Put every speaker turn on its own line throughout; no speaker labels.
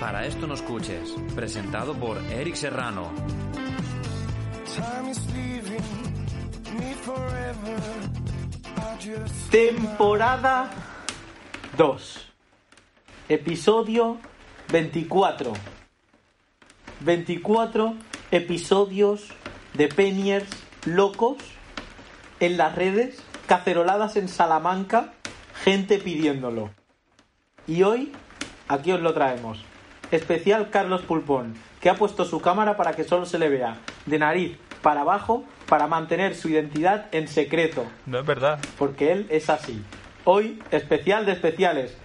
Para esto no escuches, presentado por Eric Serrano.
Temporada 2. Episodio 24. 24 episodios de Peniers locos en las redes, caceroladas en Salamanca, gente pidiéndolo. Y hoy, aquí os lo traemos. Especial Carlos Pulpón, que ha puesto su cámara para que solo se le vea, de nariz para abajo, para mantener su identidad en secreto,
No es verdad.
porque él es así. Hoy, especial de especiales.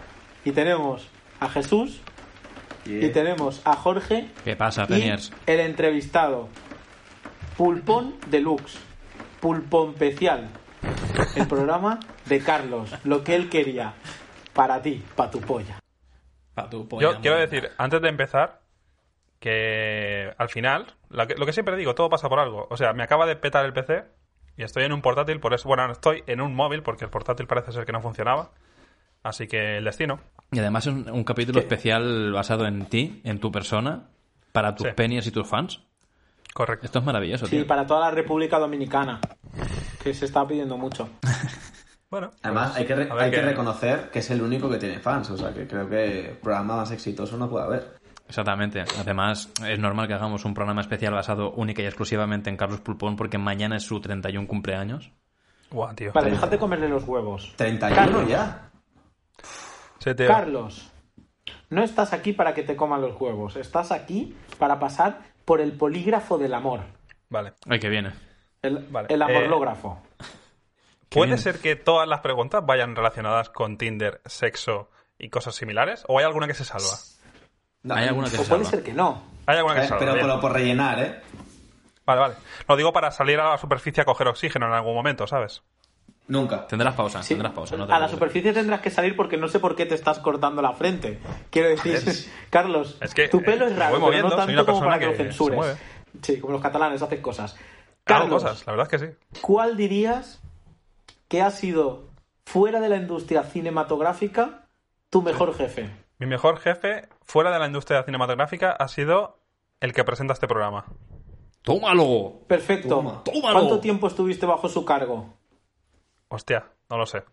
Y tenemos a Jesús, y tenemos a Jorge,
¿Qué pasa,
y
Peniers?
el entrevistado. Pulpón Deluxe. Pulpón especial. El programa de Carlos. Lo que él quería. Para ti, para tu polla.
Pa' tu
pues,
Pues
polla,
Yo quiero
madre.
decir, antes de empezar, que al final, la que- lo que siempre digo, todo pasa por algo. O sea, me acaba de petar el PC y estoy en un portátil, por eso, bueno, no estoy en un móvil porque el portátil parece ser que no funcionaba. Así que el destino.
Y además es un, un capítulo especial basado en ti, en tu persona, para tus
Sí.
peniers y tus fans.
Correcto.
Esto es maravilloso,
Sí,
tío.
para toda la República Dominicana. Que se está pidiendo mucho.
Bueno.
Además, hay que, re-
a ver
hay que
qué-
reconocer que es el único que tiene fans, o sea, que creo que programa más exitoso no puede haber.
Exactamente. Además, es normal que hagamos un programa especial basado única y exclusivamente en Carlos Pulpón porque mañana es su 31 cumpleaños.
Guau, tío.
Vale, dejad de comerle los huevos.
31
Carlos.
ya.
Se te-
Carlos, no estás aquí para que te coman los huevos. Estás aquí para pasar por el polígrafo del amor.
Vale.
Ay, que viene.
El,
Vale,
el
eh,
amorlógrafo.
¿Puede
bien.
ser que todas las preguntas vayan relacionadas con Tinder, sexo y cosas similares? ¿O hay alguna que se salva?
No,
Hay alguna que
O
se
puede
salva.
ser que no.
Hay alguna que
eh,
se salva.
pero,
bien.
pero por rellenar, ¿eh?
Vale, vale. Lo digo para salir a la superficie a coger oxígeno en algún momento, ¿sabes?
Nunca.
Tendrás pausa,
Sí.
tendrás pausa. No te
a la
preocupes.
superficie tendrás que salir porque no sé por qué te estás cortando la frente. Quiero decir, Carlos,
Es que,
tu pelo
eh,
es
me
raro,
voy
pero
moviendo,
no
soy una
tanto como
persona
para que,
que
lo
se mueve.
censures. Sí, como los catalanes hacen cosas.
Hago
Carlos,
cosas, la verdad es que sí.
¿cuál dirías que ha sido fuera de la industria cinematográfica tu mejor jefe?
Mi mejor jefe fuera de la industria cinematográfica ha sido el que presenta este programa.
¡Tómalo!
Perfecto.
Toma.
Tómalo.
¿Cuánto tiempo estuviste bajo su cargo?
Hostia, no lo sé.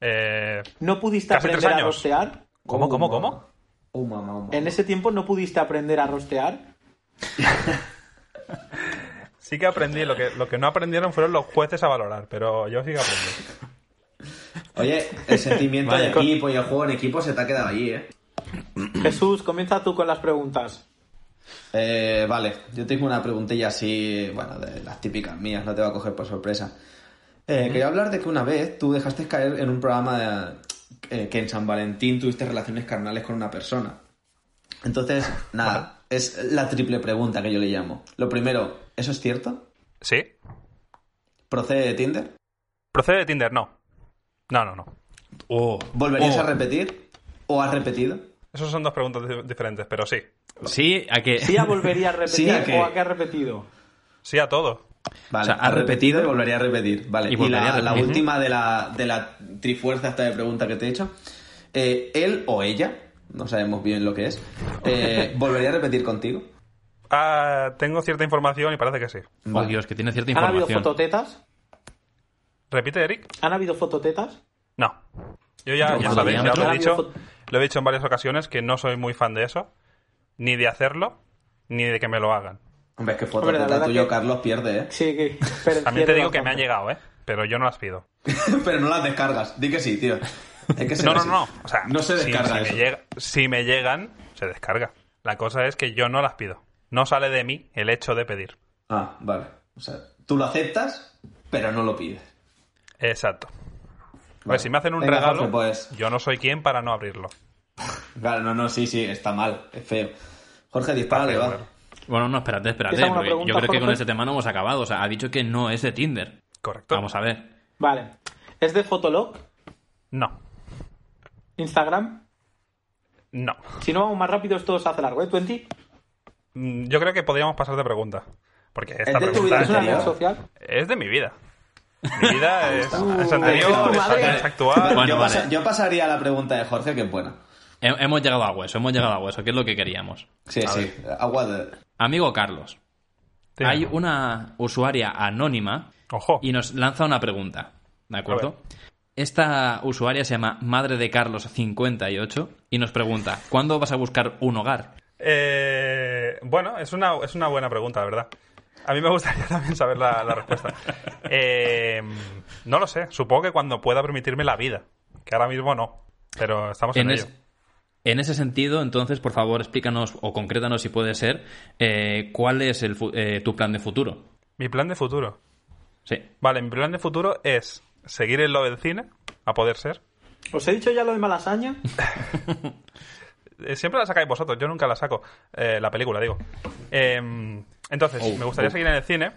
Eh, Uh.
¿No pudiste
Casi
aprender
tres
a
años.
rostear?
¿Cómo,
Oh,
cómo,
mamá.
cómo?
Oh, mamá, oh, mamá.
¿En ese tiempo no pudiste aprender a rostear?
sí que aprendí, lo que, lo que no aprendieron fueron los jueces a valorar, pero yo sí que aprendí.
Oye, el sentimiento
Vale,
de
con-
equipo y el juego en equipo se te ha quedado allí, ¿eh?
Jesús, comienza tú con las preguntas.
Eh, vale, yo tengo una preguntilla así, bueno, de las típicas mías, no te va a coger por sorpresa. Eh, Quería hablar de que una vez tú dejaste caer en un programa de- eh, que en San Valentín tuviste relaciones carnales con una persona. Entonces, nada, es la triple pregunta que yo le llamo. Lo primero, ¿eso es cierto?
¿Sí?
¿Procede de Tinder?
¿Procede de Tinder? No. No, no, no.
Oh,
¿Volverías
oh.
a repetir? ¿O has repetido?
Esas son dos preguntas di- diferentes, pero sí.
Sí, a que.
¿Sí a volvería a repetir
Sí, ¿a qué?
o a qué ha repetido?
Sí a todo.
Vale,
O sea,
has
¿has
repetido y volvería a repetir. Vale,
Y
y,
volvería
la,
a
la
repetir.
última de la, de la trifuerza esta de pregunta que te he hecho. Eh, él o ella, no sabemos bien lo que es, eh, volvería a repetir contigo.
Ah, tengo cierta información y parece que sí.
Oh,
Vale.
Dios, que tiene cierta
¿Han habido
información.
fototetas?
¿Repite, Eric?
¿Han habido fototetas?
No. Yo ya,
Pero
ya
cuando
sabéis, ya
diámetro-
lo he dicho,
Diámetro-
lo he dicho en varias ocasiones que no soy muy fan de eso, ni de hacerlo, ni de que me lo hagan.
Hombre, es que foto
Hombre, la
teta
verdad
tuyo,
que-
Carlos, pierde, ¿eh?
Sí, que. pero
También te
pierde
digo que me ha
bastante.
llegado, ¿eh? Pero yo no las pido.
Pero no las descargas. Di que sí, tío. Hay que ser
No, no,
así.
no. O sea,
no se
si-
descarga
si,
eso.
Me llega- si me llegan, se descarga. La cosa es que yo no las pido. No sale de mí el hecho de pedir.
Ah, vale. O sea, tú lo aceptas, pero no lo pides.
Exacto. A ver, si me hacen un
Venga,
regalo,
Jorge, pues.
yo no soy quien para no abrirlo.
Claro, no, no, sí, sí, está mal, es feo. Jorge, dispárale,
Está feo,
va.
claro.
Bueno, no, espérate, espérate.
¿Tienes alguna
porque
pregunta,
yo creo que con
Jorge?
este tema no hemos acabado. O sea, ha dicho que no es de Tinder.
Correcto.
Vamos a ver.
Vale. ¿Es de Fotolog?
No.
¿Instagram?
No.
Si no vamos más rápido, esto se hace largo, ¿eh, Twenty?
Mm, Yo creo que podríamos pasar de pregunta. Porque esta
de tu
pregunta
vida
¿Es
es,
una
anterior?
red social?
es de mi vida. Mi vida es, es
Uh,
anterior, es,
madre.
es actual.
Bueno,
yo,
vale.
pasa- yo pasaría a la pregunta de Jorge, que es buena.
He- Hemos llegado a hueso, hemos llegado a hueso, que es lo que queríamos.
Sí, sí, agua de...
Amigo Carlos,
Sí.
hay una usuaria anónima
Ojo.
y nos lanza una pregunta, ¿de
A
acuerdo? Esta usuaria se llama Madre de Carlos 58 y nos pregunta, ¿cuándo vas a buscar un hogar?
Eh, bueno, es una, es una buena pregunta, la verdad. A mí me gustaría también saber la, la respuesta. Eh, no lo sé. Supongo que cuando pueda permitirme la vida. Que ahora mismo no. Pero estamos en, ello.
es- en ese sentido, entonces, por favor, explícanos o concrétanos si puede ser eh, cuál es el fu- eh, tu plan de futuro.
Mi plan de futuro.
Sí.
Vale, mi plan de futuro es seguir en lo del cine, a poder ser.
¿Os he dicho ya lo de Malasaña?
Eh, Siempre la sacáis vosotros, yo nunca la saco. Eh, la película, digo. Eh, entonces, me gustaría seguir en el cine.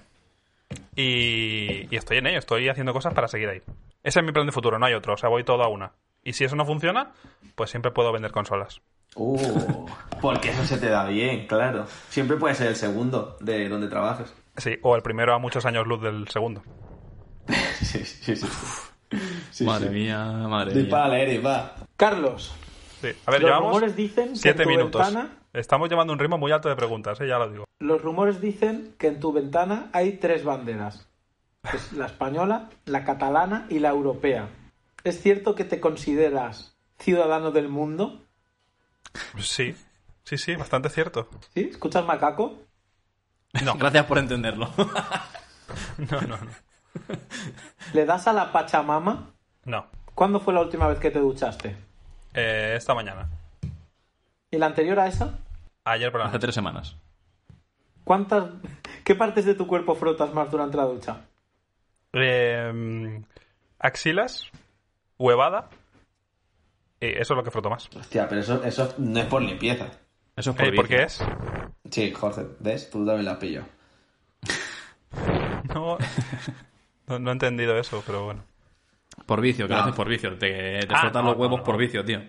Y, y estoy en ello, estoy haciendo cosas para seguir ahí. Ese es mi plan de futuro, no hay otro. O sea, voy todo a una. Y si eso no funciona, pues siempre puedo vender consolas.
Uh, porque eso se te da bien, claro. Siempre puedes ser el segundo de donde trabajes.
Sí, o el primero a muchos años luz del segundo.
Sí, sí, sí. Sí,
madre
sí.
mía, madre mía.
Dispárale, Eric, va.
Carlos,
Sí. A ver,
los
llevamos
rumores dicen que en
siete
tu
minutos.
ventana...
Estamos llevando un ritmo muy alto de preguntas, eh, ya lo digo.
Los rumores dicen que en tu ventana hay tres banderas. Es la española, la catalana y la europea. ¿Es cierto que te consideras ciudadano del mundo?
Sí, sí, sí, bastante cierto.
¿Sí? ¿Escuchas macaco?
No,
Gracias por entenderlo.
no, no. no.
¿Le das a la Pachamama?
No.
¿Cuándo fue la última vez que te duchaste?
Eh, esta mañana.
¿Y la anterior a esa?
Ayer por la
Hace
noche.
tres semanas.
¿Cuántas... ¿Qué partes de tu cuerpo frotas más durante la ducha?
Eh, axilas, huevada. Eh, eso es lo que froto más.
Hostia, pero eso, eso no es por limpieza.
Eso es por,
Eh, ¿Por
vicio.
qué es?
Sí, Jorge, ¿ves? Tú también la pillo.
No, no, no he entendido eso, pero bueno.
Por vicio, que lo
No.
haces por vicio. Te, te
Ah,
frotas
no,
los huevos
no, no.
por vicio, tío.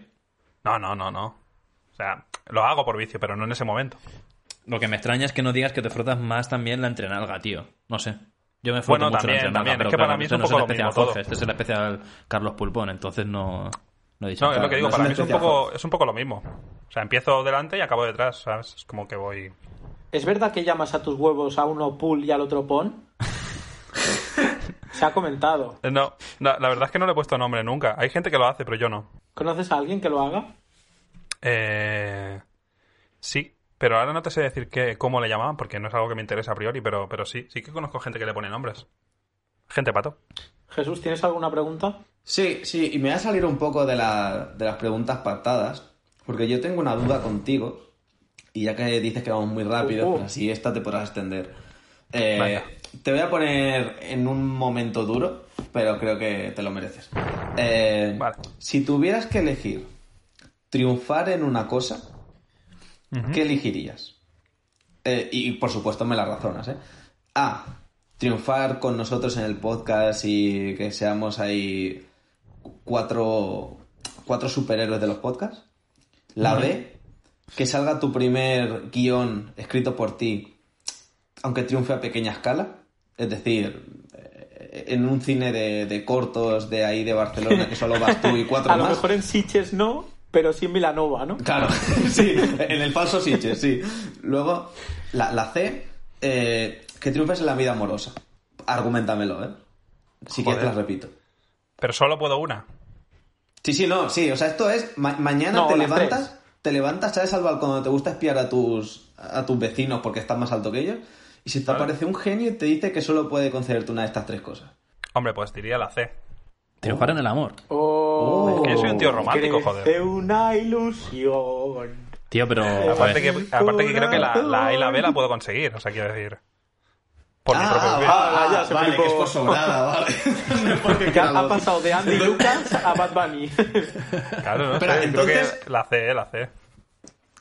No, no, no, no. O sea, lo hago por vicio, pero no en ese momento.
Lo que me extraña es que no digas que te frotas más también la entrenalga, tío. No sé. Yo me froto
Bueno,
mucho
también,
la entrenalga,
también.
pero
Es que
claro,
para mí es
este
un
no
poco
el
lo mismo
especial
todo.
Jorge, este es el especial Carlos Pulpón, entonces no, no he dicho
No,
nada.
es lo que digo,
no es
para
una
mí es un,
especie de
poco, es un poco lo mismo. O sea, empiezo delante y acabo detrás, ¿sabes? Es como que voy...
¿Es verdad que llamas a tus huevos a uno pool y al otro pon? Se ha comentado.
Eh, No, la, la verdad es que no le he puesto nombre nunca. Hay gente que lo hace, pero yo no.
¿Conoces a alguien que lo haga?
Eh, sí, pero ahora no te sé decir qué, cómo le llamaban, porque no es algo que me interesa a priori, pero, pero sí, sí que conozco gente que le pone nombres. Gente pato.
Jesús, ¿tienes alguna pregunta?
Sí, sí, y me voy a salir un poco de, la- de las preguntas pactadas, porque yo tengo una duda contigo, y ya que dices que vamos muy rápido,
Ujú.
pues así esta te podrás extender. Eh,
Uh, Venga.
te voy a poner en un momento duro, pero creo que te lo mereces. Eh,
Vale.
Si tuvieras que elegir triunfar en una cosa, ¿qué elegirías? Eh, y por supuesto me las razonas, ¿eh? A. Triunfar con nosotros en el podcast y que seamos ahí cuatro, cuatro superhéroes de los podcasts. La B. Que salga tu primer guión escrito por ti, aunque triunfe a pequeña escala. Es decir, eh, en un cine de, de cortos de ahí de Barcelona que solo vas tú y cuatro
A lo
más.
mejor en Sitges no, pero sí en Milanova, ¿no?
Claro, sí, en el falso Sitges, sí. Luego, la, la C, eh, que triunfes en la vida amorosa. Argumentamelo, ¿eh? Si quieres te las repito.
Pero solo puedo una.
Sí, sí, no, sí, o sea, esto es, ma- mañana
No,
te
las
levantas,
tres.
te levantas, sales al balcón donde te gusta espiar a tus, a tus vecinos porque estás más alto que ellos, y si te aparece un genio y te dice que solo puede concederte una de estas tres cosas.
Hombre, pues diría la C.
Triunfar en el amor.
Oh,
Oh.
Yo soy un tío romántico,
crece
joder.
una ilusión.
Eh,
Tío, pero... a ver,
Aparte que, aparte que creo que la, la A y la B la puedo conseguir, o sea, quiero decir... Por mi propio bien.
ah, ya se
vale,
flipó.
que es por sobrada, vale. No es porque
Ya
claro.
ha pasado de Andy Lucas a Bad Bunny.
Claro, no
Espera,
sé, creo que
entonces-
la C, la C.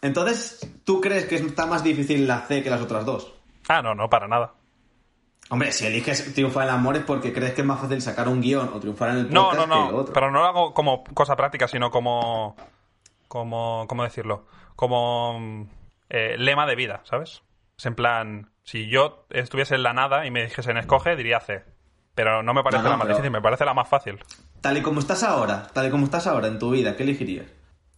Entonces, ¿tú crees que está más difícil la C que las otras dos?
Ah, no, no, para nada.
Hombre, si eliges triunfar en el amor es porque crees que es más fácil sacar un guión o triunfar en el
No,
podcast
no,
que lo
no.
otro.
Pero no lo hago como cosa práctica, sino como. como ¿Cómo decirlo? Como. mm, eh, lema de vida, ¿sabes? Es en plan. Si yo estuviese en la nada y me dijesen escoge, diría C. Pero no me parece
No, no,
la más
pero-
difícil, me parece la más fácil.
Tal y como estás ahora, tal y como estás ahora en tu vida, ¿qué elegirías?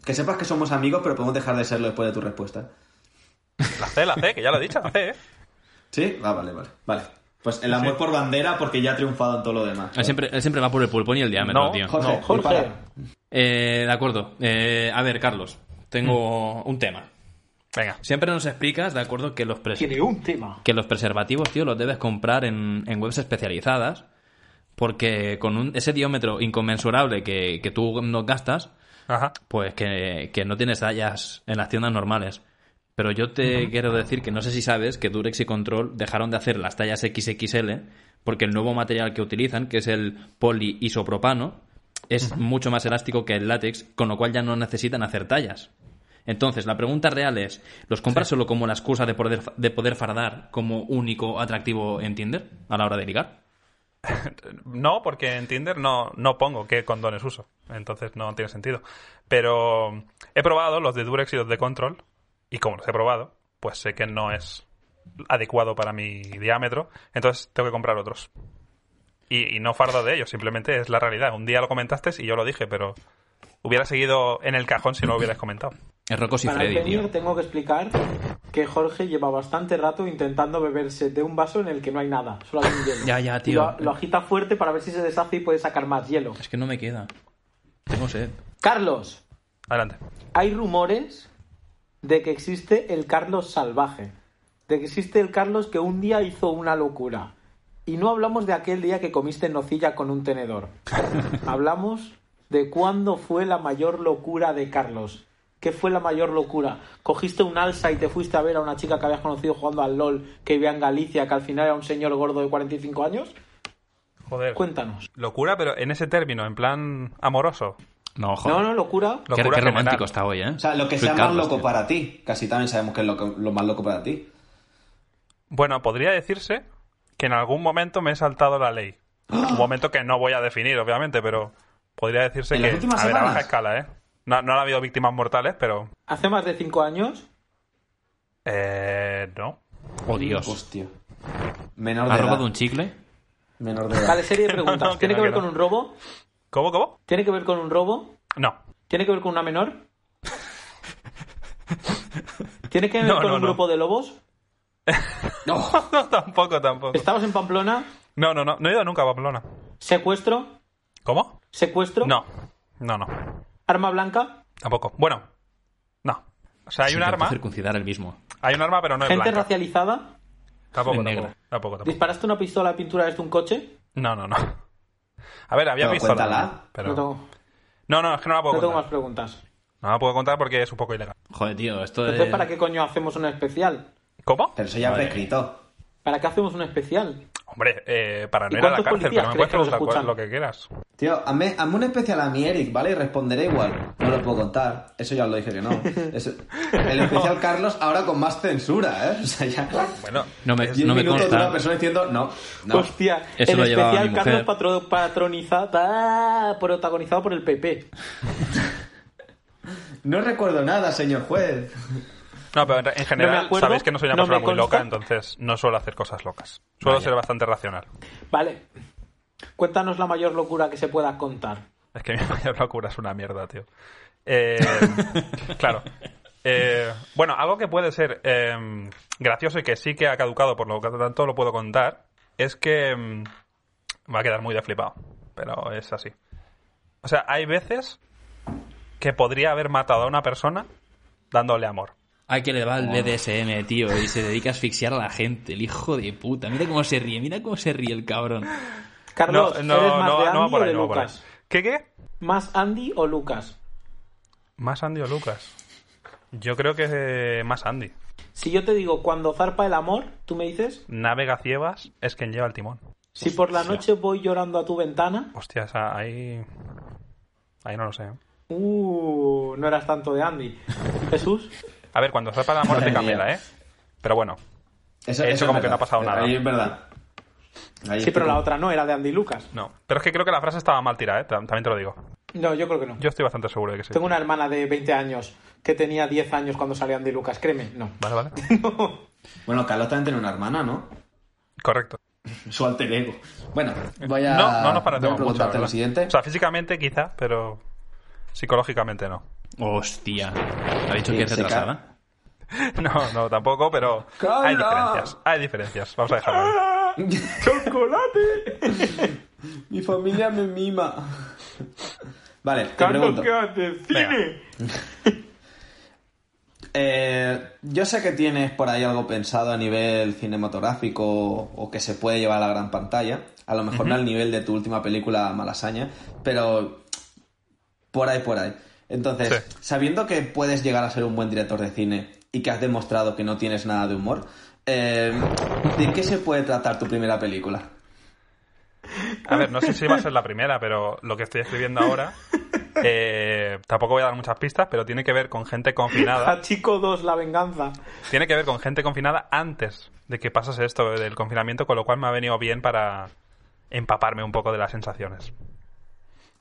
Que sepas que somos amigos, pero podemos dejar de serlo después de tu respuesta.
La C, la C, que ya lo he dicho, la C, ¿eh?
¿Sí? Ah, vale, vale. Vale. Pues el amor por bandera porque ya ha triunfado en todo lo demás.
Él siempre, él siempre va por el pulpón y el diámetro,
No,
tío.
Jorge,
Jorge.
dispara.
Eh, de acuerdo. Eh, a ver, Carlos, tengo un tema.
Venga.
Siempre nos explicas, de acuerdo, que los, pres-
Tiene un tema.
que los preservativos, tío, los debes comprar en, en webs especializadas. Porque con un- ese diámetro inconmensurable que, que tú no gastas,
Ajá.
pues que, que no tienes tallas en las tiendas normales. Pero yo te quiero decir que no sé si sabes que Durex y Control dejaron de hacer las tallas XXL porque el nuevo material que utilizan, que es el poliisopropano, es mucho más elástico que el látex, con lo cual ya no necesitan hacer tallas. Entonces, la pregunta real es, ¿los compras solo como la excusa de poder, de poder fardar como único atractivo en Tinder a la hora de ligar?
No, porque en Tinder no, no pongo qué condones uso. Entonces no tiene sentido. Pero he probado los de Durex y los de Control. Y como los he probado, pues sé que no es adecuado para mi diámetro. Entonces tengo que comprar otros. Y, y no fardo de ellos, simplemente es la realidad. Un día lo comentaste y yo lo dije, pero hubiera seguido en el cajón si no lo hubieras comentado.
Es Rocos y
Para
Freddy, tío.
venir tengo que explicar que Jorge lleva bastante rato intentando beberse de un vaso en el que no hay nada, solo hay un hielo.
Ya, ya,
Y
tío.
lo, lo agita fuerte para ver si se deshace y puede sacar más hielo.
Es que no me queda. Tengo sed.
Carlos,
Adelante.
hay rumores de que existe el Carlos salvaje, de que existe el Carlos que un día hizo una locura. Y no hablamos de aquel día que comiste nocilla con un tenedor. hablamos de cuándo fue la mayor locura de Carlos. ¿Qué fue la mayor locura? ¿Cogiste un alza y te fuiste a ver a una chica que habías conocido jugando al LOL que vivía en Galicia, que al final era un señor gordo de 45 años?
Joder.
Cuéntanos.
Locura, pero en ese término, en plan amoroso.
No, joder.
No, no, locura.
Qué,
Locura
qué romántico
general.
está hoy, ¿eh?
O sea, lo que
Soy
sea
Carlos,
más loco
tío.
para ti. Casi también sabemos que es lo, que- lo más loco para ti.
Bueno, podría decirse que en algún momento me he saltado la ley. Un momento que no voy a definir, obviamente, pero podría decirse
¿En
que
las últimas
a, ver, a
semanas?
baja escala, ¿eh? No, no ha habido víctimas mortales, pero
Hace más de 5 años
eh, no.
Oh, Dios.
Hostia. Menor de
¿Ha
edad.
robado un chicle?
Menor de edad.
Vale, serie de
No,
preguntas.
no, que
¿Tiene
no,
que,
que
ver
no.
con un robo?
¿Cómo, cómo?
¿Tiene que ver con un robo?
No.
¿Tiene que ver con una menor? ¿Tiene que ver
No,
con
no,
un
no.
grupo de lobos?
No, tampoco, tampoco.
¿Estabas en Pamplona?
No, no, no. No he ido nunca a Pamplona.
¿Secuestro?
¿Cómo?
¿Secuestro?
No. No, no.
¿Arma blanca?
Tampoco. Bueno. No. O sea, hay
Se
un
intentó
arma.
circuncidar el mismo.
Hay un arma, pero no es
¿Gente
blanca.
racializada?
Tampoco,
Es negra.
tampoco. Tampoco, tampoco.
¿Disparaste una pistola de pintura desde un coche?
No, no, no. A ver, había
Pero
pistola.
cuéntala.
Pero...
No tengo,
No, no, es que no la puedo
no tengo más
contar.
Eh.
preguntas.
No la puedo contar porque es un poco ilegal.
Joder, tío, esto es...
Entonces, ¿para qué coño hacemos un especial?
¿Cómo?
Eh,
Pero eso ya prescrito.
¿Para qué hacemos un especial?
Hombre, eh, para no
¿Y
ir a la
cuántos
cárcel,
policías
pero me
crees
puedes
que nos
preguntar cual-
escuchan?
lo que quieras.
Tío, hazme, hazme un especial a mi Eric, ¿vale? Y responderé igual. No lo puedo contar. Eso ya os lo dije que no. Eso- El especial Carlos ahora con más censura, ¿eh? O sea, ya...
Bueno,
No me,
Diez
no me
minutos de una
consta.
persona diciendo no, no.
Pues
Hostia,
Eso
el
lo llevaba
especial
mi
Carlos
mujer.
patro- patroniza- pa- protagonizado por el PP.
No recuerdo nada, señor juez.
no, pero en re- en
No
general
me acuerdo,
sabéis que no soy una
no me
persona muy
consta.
loca, entonces no suelo hacer cosas locas. Suelo ser bastante racional.
Vale. Cuéntanos la mayor locura que se pueda contar.
Es que mi mayor locura es una mierda, tío. Eh, claro. Eh, bueno, algo que puede ser eh, gracioso y que sí que ha caducado, por lo que tanto lo puedo contar, es que mm, va a quedar muy de flipado, pero es así. O sea, hay veces que podría haber matado a una persona dándole amor.
Hay que le va el BDSM, tío, y se dedica a asfixiar a la gente, el hijo de puta. Mira cómo se ríe, mira cómo se ríe el cabrón.
Carlos, ¿eres más de Andy
va por
o de
ahí, no va por ahí.
Lucas?
¿Qué, qué?
¿Más Andy o Lucas?
¿Más Andy o Lucas? Yo creo que eh, más Andy.
Si yo te digo cuando zarpa el amor, tú me dices,
Navega ciegas es quien lleva el timón.
si por la noche voy llorando a tu ventana,
Hostias, ah, ahí. Ahí no lo sé.
uh, no eras tanto de Andy. Jesús,
A ver, cuando zarpa el amor
Madre
te cambia,
mía.
¿eh? Pero bueno. Eso
es
como
verdad.
que no ha pasado nada.
Ahí es verdad. Ahí
sí,
estoy
pero la
con-
otra no, era de Andy Lucas.
No. Pero es que creo que la frase estaba mal tirada, ¿eh? Tam- También te lo digo.
No, yo creo que no.
Yo estoy bastante seguro de que sí.
Tengo una hermana de 20 años que tenía 10 años cuando salió Andy Lucas, créeme, no.
Vale, vale.
Bueno, Carlos también tiene una hermana, ¿no?
Correcto.
Su alter ego. Bueno, voy a,
No, no
voy
nos
a
parecemos mucho. la
preguntarte lo
verdad.
siguiente.
O sea, físicamente quizá, pero psicológicamente no.
Hostia. ¿Ha dicho
Sí,
que es
se ca-
retrasada?
No, no, tampoco, pero
Carla.
hay diferencias. Hay diferencias. Vamos a dejarlo ahí.
Mi familia me mima. Vale, te
Carlos,
pregunto.
¿qué haces? ¡Cine!
Eh, yo sé que tienes por ahí algo pensado a nivel cinematográfico o que se puede llevar a la gran pantalla. A lo mejor no al nivel de tu última película Malasaña, pero por ahí, por ahí. Entonces,
Sí.
sabiendo que puedes llegar a ser un buen director de cine y que has demostrado que no tienes nada de humor, eh, ¿de qué se puede tratar tu primera película?
A ver, no sé si va a ser la primera, pero lo que estoy escribiendo ahora. eh, tampoco voy a dar muchas pistas, pero tiene que ver con gente confinada.
A Chico 2, la venganza.
Tiene que ver con gente confinada antes de que pasase esto del confinamiento, con lo cual me ha venido bien para empaparme un poco de las sensaciones.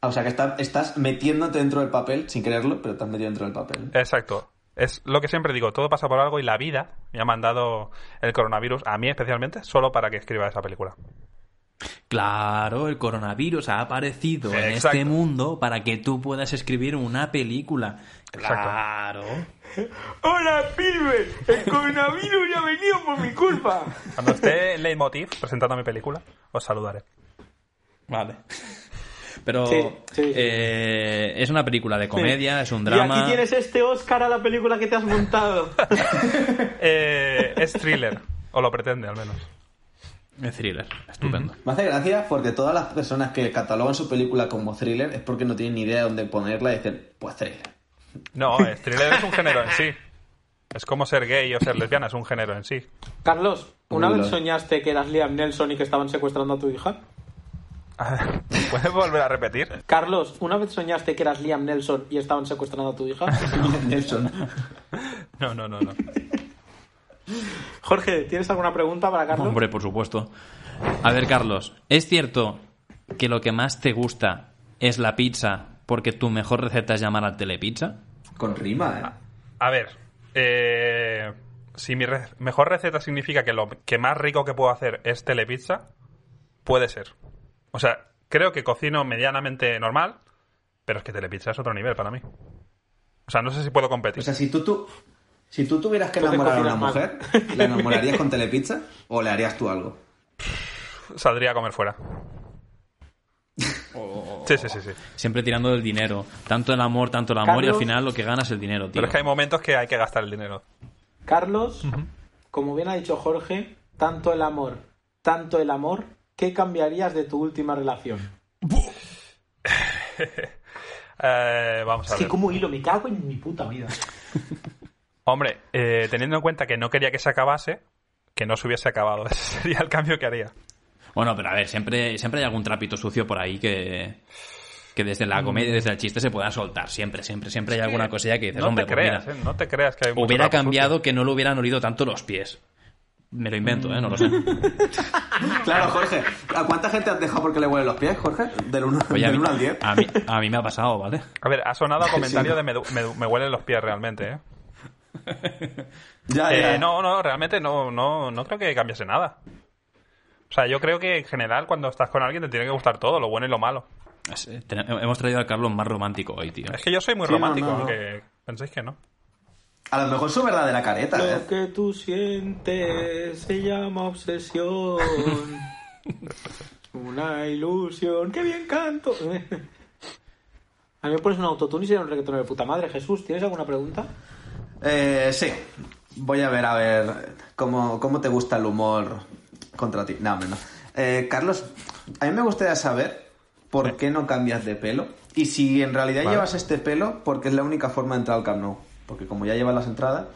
Ah, O sea, que está- estás metiéndote dentro del papel, sin quererlo, pero estás metido dentro del papel.
Exacto. Es lo que siempre digo, todo pasa por algo y la vida me ha mandado el coronavirus, a mí especialmente, solo para que escriba esa película.
Claro, el coronavirus ha aparecido en
Exacto.
este mundo para que tú puedas escribir una película. Claro.
¡Hola, pibe! ¡El coronavirus ya ha venido por mi culpa!
Cuando esté en Leitmotiv presentando mi película, os saludaré.
Vale. Pero
Sí, sí.
eh, es una película de comedia, es un
Y
drama.
aquí tienes este Oscar a la película que te has montado.
Eh, es thriller, o lo pretende al menos.
Es thriller. Estupendo.
Me hace gracia porque todas las personas que catalogan su película como thriller es porque no tienen ni idea de dónde ponerla y dicen, pues thriller.
No, es thriller es un género en sí. Es como ser gay o ser lesbiana, es un género en sí.
Carlos, ¿una
Hola.
vez soñaste que eras Liam Nelson y que estaban secuestrando a tu hija?
A ver, ¿Puedes volver a repetir?
Carlos, ¿una vez soñaste que eras Liam Nelson y estaban secuestrando a tu hija?
Nelson.
No, no, no, no.
Jorge, ¿tienes alguna pregunta para Carlos?
Hombre, por supuesto. A ver, Carlos, ¿es cierto que lo que más te gusta es la pizza porque tu mejor receta es llamar al telepizza?
Con rima,
A ver, eh, si mi re- mejor receta significa que lo que más rico que puedo hacer es telepizza, puede ser. O sea, creo que cocino medianamente normal, pero es que telepizza es otro nivel para mí. O sea, no sé si puedo
¿eh? O
Pues
competir.
sea, si tú, tú, si tú tuvieras que
Tú te
enamorar a una
cocinas
mujer, ¿la enamorarías con telepizza o le harías tú algo?
Saldría a comer fuera. Sí, sí, sí, sí.
Siempre tirando del dinero. Tanto el amor, tanto el amor, y al
Carlos.
final lo que ganas es el dinero, tío.
Pero es que hay momentos que hay que gastar el dinero.
Carlos, como bien ha dicho Jorge, tanto el amor, tanto el amor, ¿qué cambiarías de tu última relación?
Eh, vamos a
Es que
ver.
como hilo, me cago en mi puta vida.
Hombre, eh, teniendo en cuenta que no quería que se acabase, que no se hubiese acabado. Ese sería el cambio que haría.
Bueno, pero a ver, siempre, siempre hay algún trapito sucio por ahí que, que desde la comedia, desde el chiste se pueda soltar. Siempre, siempre, siempre hay alguna cosilla que dices,
no
hombre,
te
pues
creas,
mira,
eh, no te creas que hay mucho
hubiera
trapo sucio.
cambiado que no lo hubieran olido tanto los pies. Me lo invento, ¿eh? No lo sé.
Claro, Jorge. ¿A cuánta gente has dejado porque le huelen los pies, Jorge? Del 1
Oye, Pues a mí,
al 10.
a, mí, a mí me ha pasado, ¿vale?
A ver, ha sonado a comentario de me, du- me, du- me huelen los pies realmente, ¿eh?
Ah,
Ya,
Eh,
ya.
No, no, realmente no, no, no creo que cambiase nada. O sea, yo creo que en general cuando estás con alguien te tiene que gustar todo, lo bueno y lo malo.
Es- eh, ten- Hemos traído al Carlos más romántico hoy, tío.
Es que yo soy muy
Sí, no,
romántico,
no, no.
aunque penséis que no.
A lo mejor su verdadera careta,
Lo
¿eh?
que tú sientes se llama obsesión. Una ilusión. ¡Qué bien canto! A mí me pones un autotune y sería un reggaetonero de puta madre. Jesús, ¿tienes alguna pregunta?
Eh, sí. Voy a ver, a ver, cómo, cómo te gusta el humor contra ti. No, hombre, no. Eh, Carlos, a mí me gustaría saber por qué no cambias de pelo y si en realidad llevas este pelo porque es la única forma de entrar al Camp Nou. Porque como ya llevas las entradas,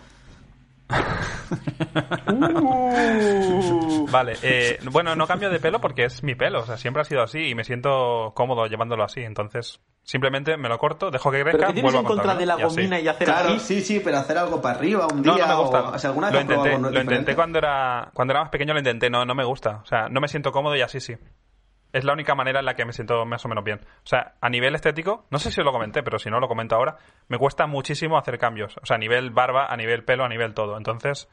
Vale, eh, bueno, no cambio de pelo porque es mi pelo, o sea, siempre ha sido así y me siento cómodo llevándolo así, entonces simplemente me lo corto, dejo que
¿Pero
crezca,
qué tienes
vuelvo a
en contra
cortarlo,
de la
y así.
gomina y hacer
Claro,
así?
sí, sí, pero hacer algo para arriba un
No,
día
no me gusta.
o, o sea, alguna vez
lo
has probado
intenté,
algo
lo intenté
diferente?
cuando era, cuando era más pequeño, lo intenté, no, no me gusta. O sea, no me siento cómodo y así sí. Es la única manera en la que me siento más o menos bien. O sea, a nivel estético, no sé si lo comenté, pero si no lo comento ahora, me cuesta muchísimo hacer cambios. O sea, a nivel barba, a nivel pelo, a nivel todo. Entonces,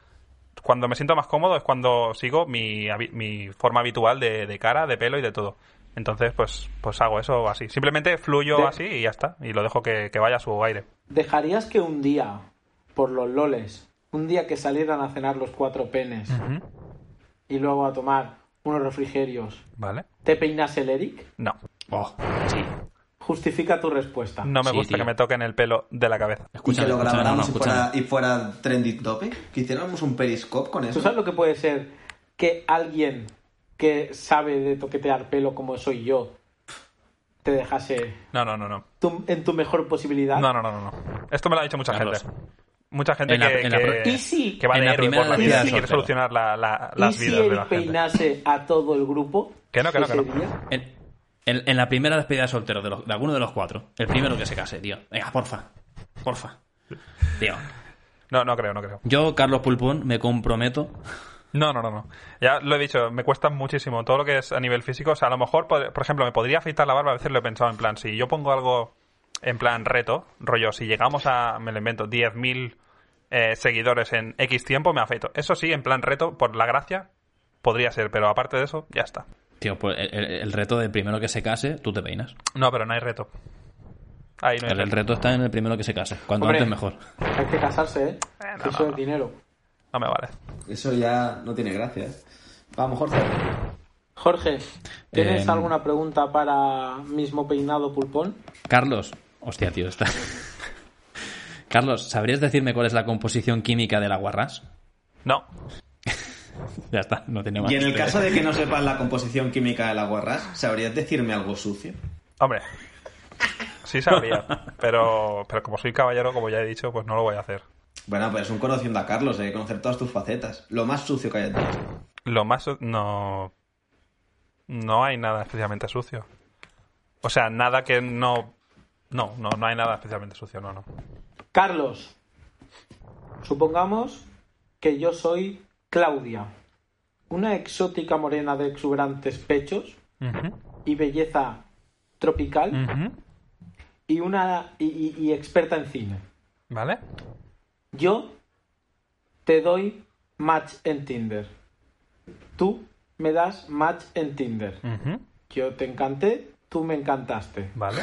cuando me siento más cómodo es cuando sigo mi, habi- mi forma habitual de, de cara, de pelo y de todo. Entonces, pues, pues hago eso así. Simplemente fluyo
De-
así y ya está. Y lo dejo que, que vaya a su aire.
¿Dejarías que un día, por los loles, un día que salieran a cenar los cuatro penes
Ujú.
y luego a tomar unos refrigerios,
¿Vale?
te peinas el Eric?
No.
Oh,
Justifica tu respuesta.
No me
Sí,
gusta
tío.
que me toquen el pelo de la cabeza.
Y que
escúchame,
lo
escúchame, no, no,
grabáramos y,
escúchame.
fuera, y fuera trending topic. Que hiciéramos un periscope con
¿Tú
eso.
sabes lo que puede ser que alguien que sabe de toquetear pelo como soy yo te dejase
No, no, no, no.
tu- en tu mejor posibilidad?
No, no, no, no, no. Esto me lo ha dicho mucha
Carlos.
gente. Mucha gente
En la-
que,
en la
que-
pro-
¿Y si-
que va
en
de
la
héroe
primera
por la
de
vida
las
y quiere
sorteo.
solucionar la- la-
¿Y
las
si
vidas de la
Eric
gente.
peinase a todo el grupo?
Que no, que no, que no.
sería?
En, en- en la primera despedida de soltero de, los- de alguno de los cuatro, el primero que se case, tío. Venga, porfa. Porfa. Tío.
No, no creo, no creo.
Yo, Carlos Pulpón, me comprometo.
No, no, no, no. Ya lo he dicho, me cuesta muchísimo todo lo que es a nivel físico. O sea, a lo mejor, por, por ejemplo, me podría afeitar la barba. A veces lo he pensado en plan, si yo pongo algo en plan reto, rollo, si llegamos a, me lo invento, 10.000 eh, seguidores en X tiempo, me afeito. Eso sí, en plan reto, por la gracia, podría ser, pero aparte de eso, ya está.
Tío, pues el, el- el reto del primero que se case, tú te peinas.
No, pero no hay reto. Ahí no hay
El, el
reto.
reto está en el primero que se case. Cuanto
Hombre.
antes mejor.
Hay que casarse, ¿eh?
no,
Que Eso
no,
es
no.
dinero.
No me vale.
Eso ya no tiene gracia. ¿eh? Vamos, Jorge.
Jorge, ¿tienes
Eh,
alguna pregunta para mismo peinado pulpón?
Carlos. Hostia, tío, está. Carlos, ¿sabrías decirme cuál es la composición química del aguarrás?
No.
Ya está, no tenía más.
Y en el caso de que no sepas la composición química del aguarrás, ¿sabrías decirme algo sucio?
Hombre. Sí sabría. pero, pero como soy caballero, como ya he dicho, pues no lo voy a hacer.
Bueno, pues es un conociendo a Carlos, de conocer todas tus facetas. Lo más sucio que hayas dicho.
Lo más... su- No... No hay nada especialmente sucio. O sea, nada que no... No, no, no hay nada especialmente sucio, no, no.
Carlos, supongamos que yo soy Claudia, una exótica morena de exuberantes pechos
Ujú,
y belleza tropical
ujú.
y una y, y- y experta en cine.
¿Vale?
Yo te doy match en Tinder. Tú me das match en Tinder.
Ujú,
Yo te encanté, tú me encantaste.
¿Vale?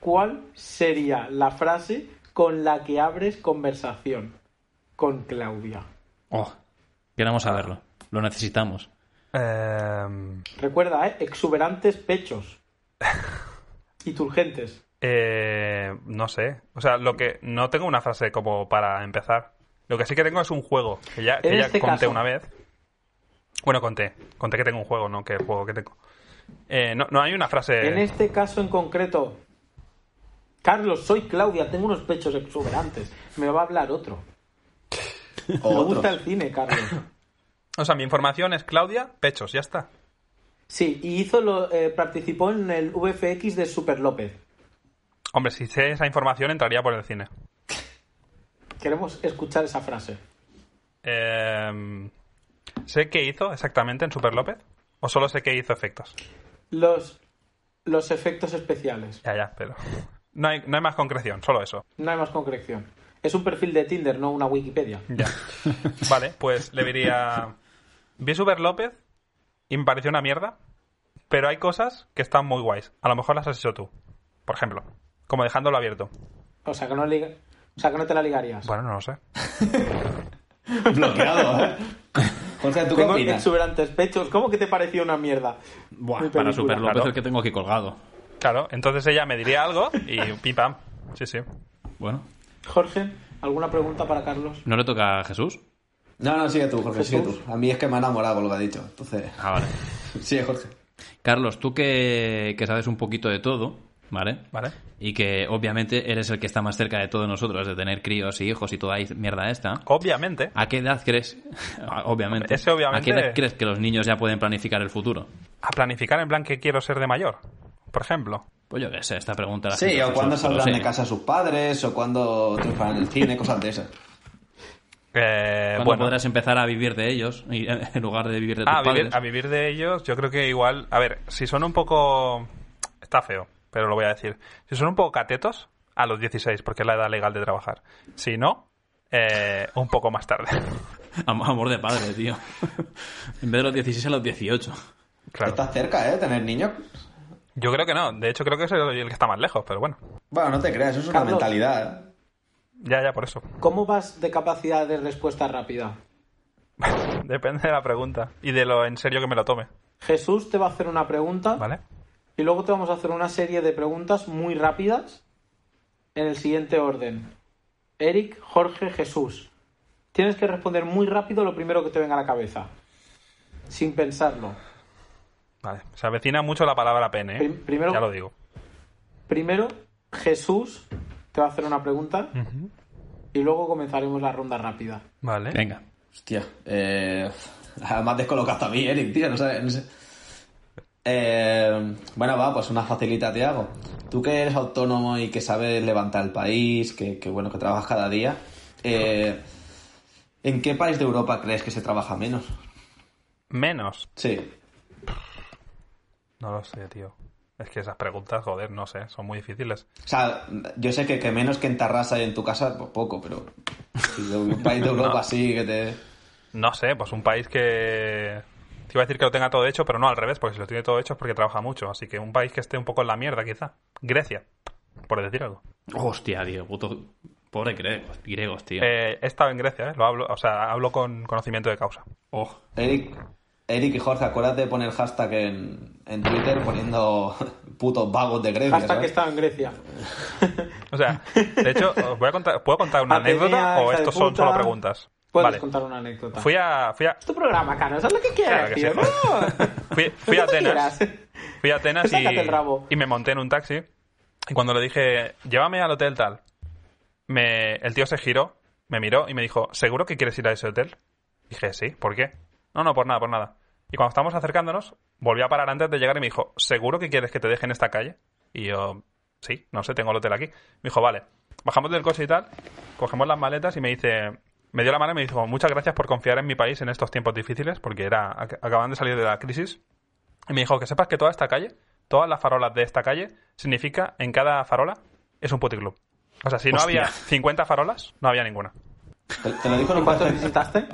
¿Cuál sería la frase con la que abres conversación con Claudia?
Oh, queremos saberlo. Lo necesitamos.
Em,
Recuerda, ¿eh? Exuberantes pechos. Y turgentes.
Eh, no sé. O sea, lo que. No tengo una frase como para empezar. Lo que sí que tengo es un juego. Que ya, que
En
ya
este
conté
caso.
una vez. Bueno, conté. Conté que tengo un juego, ¿no? Que el juego que tengo. Eh, no, no hay una frase.
En este caso en concreto, Carlos, soy Claudia, tengo unos pechos exuberantes. Me va a hablar otro.
O
Me
otro.
gusta el cine, Carlos.
O sea, mi información es Claudia Pechos, ya está.
Sí, y hizo lo, eh, participó en el VFX de Super López.
Hombre, si sé esa información, entraría por el cine.
Queremos escuchar esa frase.
Em, ¿Sé qué hizo exactamente en Super López? ¿O solo sé que hizo efectos?
Los, los efectos especiales.
Ya, ya, pero. No hay, no hay más concreción, solo eso.
No hay más concreción. Es un perfil de Tinder, no una Wikipedia.
Ya. Vale, pues le diría. Vi Super López y me pareció una mierda, pero hay cosas que están muy guays. A lo mejor las has hecho tú, por ejemplo. Como dejándolo abierto.
O sea que no, liga- o sea, que no te la ligarías.
Bueno, no lo sé.
Bloqueado, ¿eh? Jorge, ¿tú qué
Tengo
opinas?
exuberantes pechos. ¿Cómo que te pareció una mierda?
Buah,
Mi
para
película.
Super López
claro.
el que tengo aquí colgado.
Claro, entonces ella me diría algo y pim pam. Sí, sí.
Bueno,
Jorge, ¿alguna pregunta para Carlos?
¿no le toca a Jesús?
No, no, sigue tú, Jorge, sigue
Jesús.
tú. A mí es que me ha enamorado con lo que ha dicho. Entonces,
Ah, vale.
sigue, Jorge.
Carlos, tú que, que sabes un poquito de todo, ¿vale?
¿Vale?
Y que obviamente eres el que está más cerca de todos nosotros, de tener críos y hijos y toda ahí mierda esta.
Obviamente.
¿A qué edad crees? Ah, obviamente.
Ese obviamente-
¿A qué edad crees que los niños ya pueden planificar el futuro?
A planificar en plan que quiero ser de mayor, por ejemplo.
Pues yo qué sé, esta pregunta la
Sí,
gente
o
hace
cuando
solo,
saldrán
sí.
de casa sus padres, o cuando triunfarán en el cine, cosas de esas.
Eh,
Cuando
bueno,
podrás empezar a vivir de ellos y- eh, en lugar de vivir de tus
Ah, a vivir,
padres.
a vivir de ellos, yo creo que igual. A ver, si son un poco. Está feo, pero lo voy a decir. Si son un poco catetos, a los 16, porque es la edad legal de trabajar. Si no, eh, un poco más tarde. ah.
Am- Amor de padre, tío. en vez de los 16 a los 18.
claro.
Estás cerca, ¿eh? Tener niños.
Yo creo que no. De hecho, creo que soy el que está más lejos, pero bueno.
Bueno, no te creas, eso es una
Carlos.
mentalidad. ¿eh?
Ya, ya, por eso.
¿Cómo vas de capacidad de respuesta rápida?
Depende de la pregunta y de lo en serio que me lo tome.
Jesús te va a hacer una pregunta
¿Vale?
y luego te vamos a hacer una serie de preguntas muy rápidas en el siguiente orden. Eric, Jorge, Jesús. Tienes que responder muy rápido lo primero que te venga a la cabeza. Sin pensarlo.
Vale. Se avecina mucho la palabra pene. ¿eh?
Prim- primero-
Ya lo digo.
Primero, Jesús te va a hacer una pregunta
Ujú.
y luego comenzaremos la ronda rápida.
Vale.
Venga.
Hostia, eh, más descolocado a mí, Eric, tío, no sé. no sé. Eh, bueno, va, pues una facilita te hago. Tú que eres autónomo y que sabes levantar el país, que, que, bueno, que trabajas cada día, eh, ¿en qué país de Europa crees que se trabaja menos?
Menos.
Sí,
No lo sé, tío. Es que esas preguntas, joder, no sé, son muy difíciles.
O sea, yo sé que, que menos que en Tarrasa y en tu casa, pues poco, pero si de un país de Europa así que te...
No sé, pues un país que... Te iba a decir que lo tenga todo hecho, pero no al revés, porque si lo tiene todo hecho es porque trabaja mucho. Así que un país que esté un poco en la mierda, quizá. Grecia, por decir algo.
Hostia, tío, puto. Pobre griegos, griegos tío.
Eh, he estado en Grecia, ¿eh? Lo hablo, o sea, hablo con conocimiento de causa.
Oh.
Eric, Eric y Jorge, acuérdate de poner hashtag en, en Twitter poniendo putos vagos de Grecia.
Hasta que
¿sabes?
estaba en Grecia.
O sea, de hecho, os voy a contar, ¿puedo contar una
Atenea,
anécdota o
hija de
estos son
puta.
solo preguntas?
Puedes
Vale,
contar una anécdota.
fui a, fui a,
Es tu programa, Cano, haz lo que quieras,
Claro que
tío.
sí.
Pues No.
Fui, fui a
Lo que tú
Atenas.
quieras.
Fui a Atenas y,
Sácate el rabo.
y me monté en un taxi. Y cuando le dije, llévame al hotel tal, me, el tío se giró, me miró y me dijo, ¿seguro que quieres ir a ese hotel? Dije, sí, ¿por qué? No, no, por nada, por nada. Y cuando estábamos acercándonos, volví a parar antes de llegar y me dijo, ¿seguro que quieres que te deje en esta calle? Y yo, sí, no sé, tengo el hotel aquí. Me dijo, vale, bajamos del coche y tal, cogemos las maletas y me dice, me dio la mano y me dijo, muchas gracias por confiar en mi país en estos tiempos difíciles, porque era, ac- acaban de salir de la crisis. Y me dijo que sepas que toda esta calle, todas las farolas de esta calle, significa en cada farola es un puticlub. O sea, si no
Hostia.
había 50 farolas, no había ninguna.
Te, te lo dijo en un
¿Cuántos
pastel.
visitaste?